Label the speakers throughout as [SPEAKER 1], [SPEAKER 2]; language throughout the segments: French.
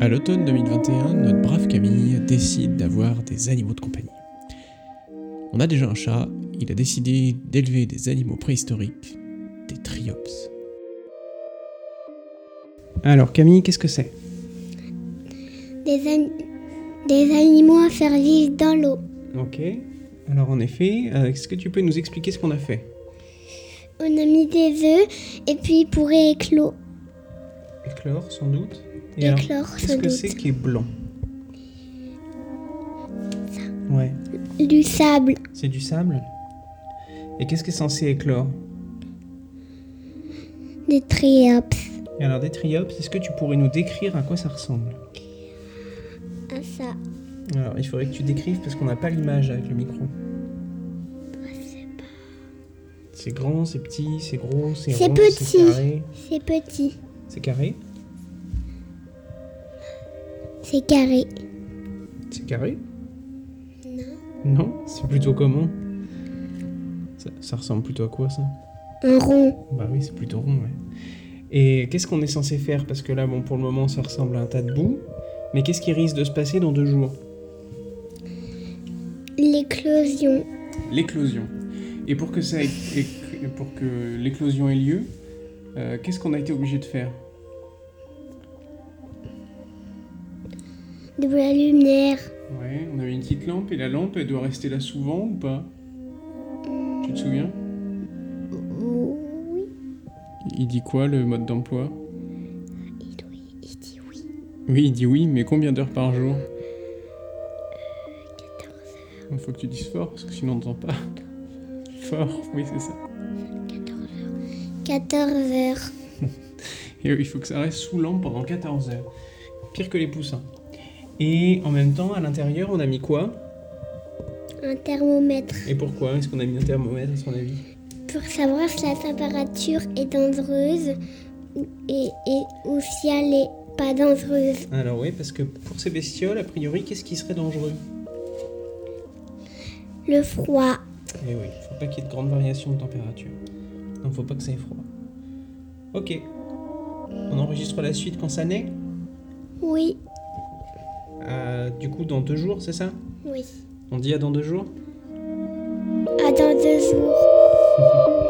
[SPEAKER 1] À l'automne 2021, notre brave Camille décide d'avoir des animaux de compagnie. On a déjà un chat, il a décidé d'élever des animaux préhistoriques, des triops. Alors Camille, qu'est-ce que c'est
[SPEAKER 2] Des, an- des animaux à faire vivre dans l'eau.
[SPEAKER 1] Ok. Alors en effet, euh, est-ce que tu peux nous expliquer ce qu'on a fait
[SPEAKER 2] On a mis des œufs et puis ils pourraient éclore.
[SPEAKER 1] Éclore, sans doute. alors,
[SPEAKER 2] éclore
[SPEAKER 1] Qu'est-ce
[SPEAKER 2] sans
[SPEAKER 1] que c'est
[SPEAKER 2] doute.
[SPEAKER 1] qui est blanc Ouais.
[SPEAKER 2] Du sable,
[SPEAKER 1] C'est du sable. Et qu'est-ce qui est censé éclore
[SPEAKER 2] des triops.
[SPEAKER 1] Et alors des triops, est-ce que tu pourrais nous décrire à quoi ça ressemble
[SPEAKER 2] Ah ça,
[SPEAKER 1] Alors il faudrait que tu décrives parce qu'on n'a pas l'image avec le micro. C'est grand, c'est petit, c'est gros, c'est
[SPEAKER 2] C'est
[SPEAKER 1] rond, c'est
[SPEAKER 2] petit.
[SPEAKER 1] carré.
[SPEAKER 2] c'est petit,
[SPEAKER 1] C'est carré
[SPEAKER 2] c'est carré.
[SPEAKER 1] C'est carré
[SPEAKER 2] Non.
[SPEAKER 1] Non C'est plutôt comment ça, ça ressemble plutôt à quoi ça
[SPEAKER 2] Un rond.
[SPEAKER 1] Bah oui, c'est plutôt rond, ouais. Et qu'est-ce qu'on est censé faire Parce que là, bon, pour le moment, ça ressemble à un tas de boue. Mais qu'est-ce qui risque de se passer dans deux jours
[SPEAKER 2] L'éclosion.
[SPEAKER 1] L'éclosion. Et pour que ça ait- ait- pour que l'éclosion ait lieu, euh, qu'est-ce qu'on a été obligé de faire
[SPEAKER 2] De la lumière.
[SPEAKER 1] Ouais, on avait une petite lampe et la lampe, elle doit rester là souvent ou pas Tu te souviens
[SPEAKER 2] Oui.
[SPEAKER 1] Il dit quoi le mode d'emploi
[SPEAKER 2] Il, oui, il dit oui.
[SPEAKER 1] Oui, il dit oui, mais combien d'heures par jour Il faut que tu dises fort, parce que sinon on n'entend pas. Fort, oui, c'est ça.
[SPEAKER 2] 14 heures.
[SPEAKER 1] Et il faut que ça reste sous lampe pendant 14 heures. Pire que les poussins. Et en même temps, à l'intérieur, on a mis quoi
[SPEAKER 2] Un thermomètre.
[SPEAKER 1] Et pourquoi Est-ce qu'on a mis un thermomètre, à son avis
[SPEAKER 2] Pour savoir si la température est dangereuse et, et- ou si elle est pas dangereuse.
[SPEAKER 1] Alors oui, parce que pour ces bestioles, a priori, qu'est-ce qui serait dangereux
[SPEAKER 2] Le froid.
[SPEAKER 1] Eh oui, faut pas qu'il y ait de grandes variations de température. Non, faut pas que ça ait froid. Ok. On enregistre la suite quand ça naît
[SPEAKER 2] Oui.
[SPEAKER 1] Euh, Du coup, dans deux jours, c'est ça
[SPEAKER 2] Oui.
[SPEAKER 1] On dit à dans deux jours
[SPEAKER 2] À dans deux jours.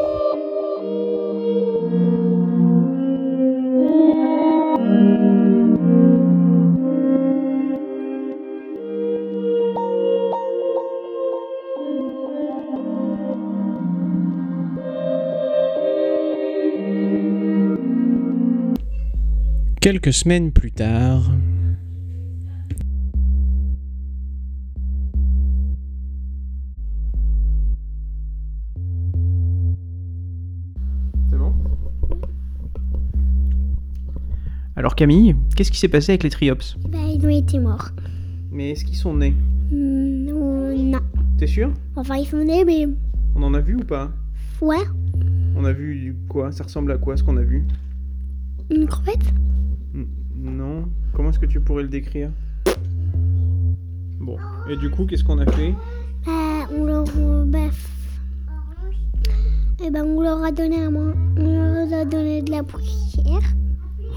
[SPEAKER 1] Quelques semaines plus tard. C'est bon Alors Camille, qu'est-ce qui s'est passé avec les triops
[SPEAKER 2] Bah, ils ont été morts.
[SPEAKER 1] Mais est-ce qu'ils sont nés
[SPEAKER 2] Hmm, ou non.
[SPEAKER 1] T'es sûr
[SPEAKER 2] Enfin, ils sont nés, mais.
[SPEAKER 1] On en a vu ou pas
[SPEAKER 2] Ouais.
[SPEAKER 1] On a vu du- quoi Ça ressemble à quoi ce qu'on a vu
[SPEAKER 2] Une crevette
[SPEAKER 1] N- Non. Comment est-ce que tu pourrais le décrire Bon. Et du coup, qu'est-ce qu'on a fait
[SPEAKER 2] Bah, on leur. euh, Bah, et ben, on leur a donné à moi. On leur a donné de la poussière.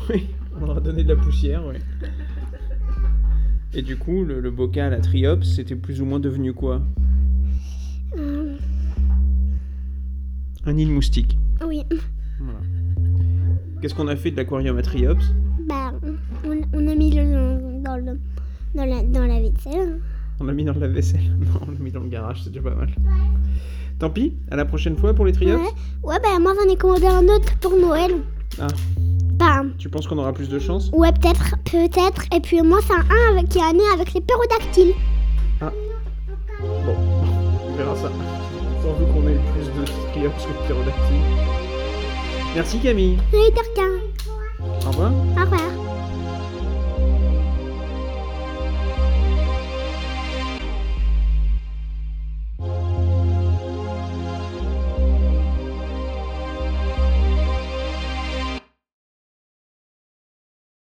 [SPEAKER 1] Oui, on leur a donné de la poussière, oui. Et du coup, le, le bocal à Triops, c'était plus ou moins devenu quoi
[SPEAKER 2] Hum,
[SPEAKER 1] Un île moustique.
[SPEAKER 2] oui.
[SPEAKER 1] Voilà. Qu'est-ce qu'on a fait de l'aquarium à Triops
[SPEAKER 2] Bah, on, on a mis le dans le dans la dans la vaisselle.
[SPEAKER 1] On l'a mis dans le lave-vaisselle. Non, on l'a mis dans le garage, c'est déjà pas mal. Tant pis, à la prochaine fois pour les Triops.
[SPEAKER 2] Ouais. Ouais, bah moi j'en ai commandé un autre pour Noël.
[SPEAKER 1] Ah.
[SPEAKER 2] Bah,
[SPEAKER 1] Tu penses qu'on aura plus de chance
[SPEAKER 2] ouais peut-être, peut-être. Et puis moi c'est un avec, qui est né avec les pérodactyles.
[SPEAKER 1] Bon, on verra ça. Pourvu qu'on ait le plus de Triops que de ptérodactyles. Merci Camille.
[SPEAKER 2] Peter Pan.
[SPEAKER 1] Au revoir.
[SPEAKER 2] Au revoir.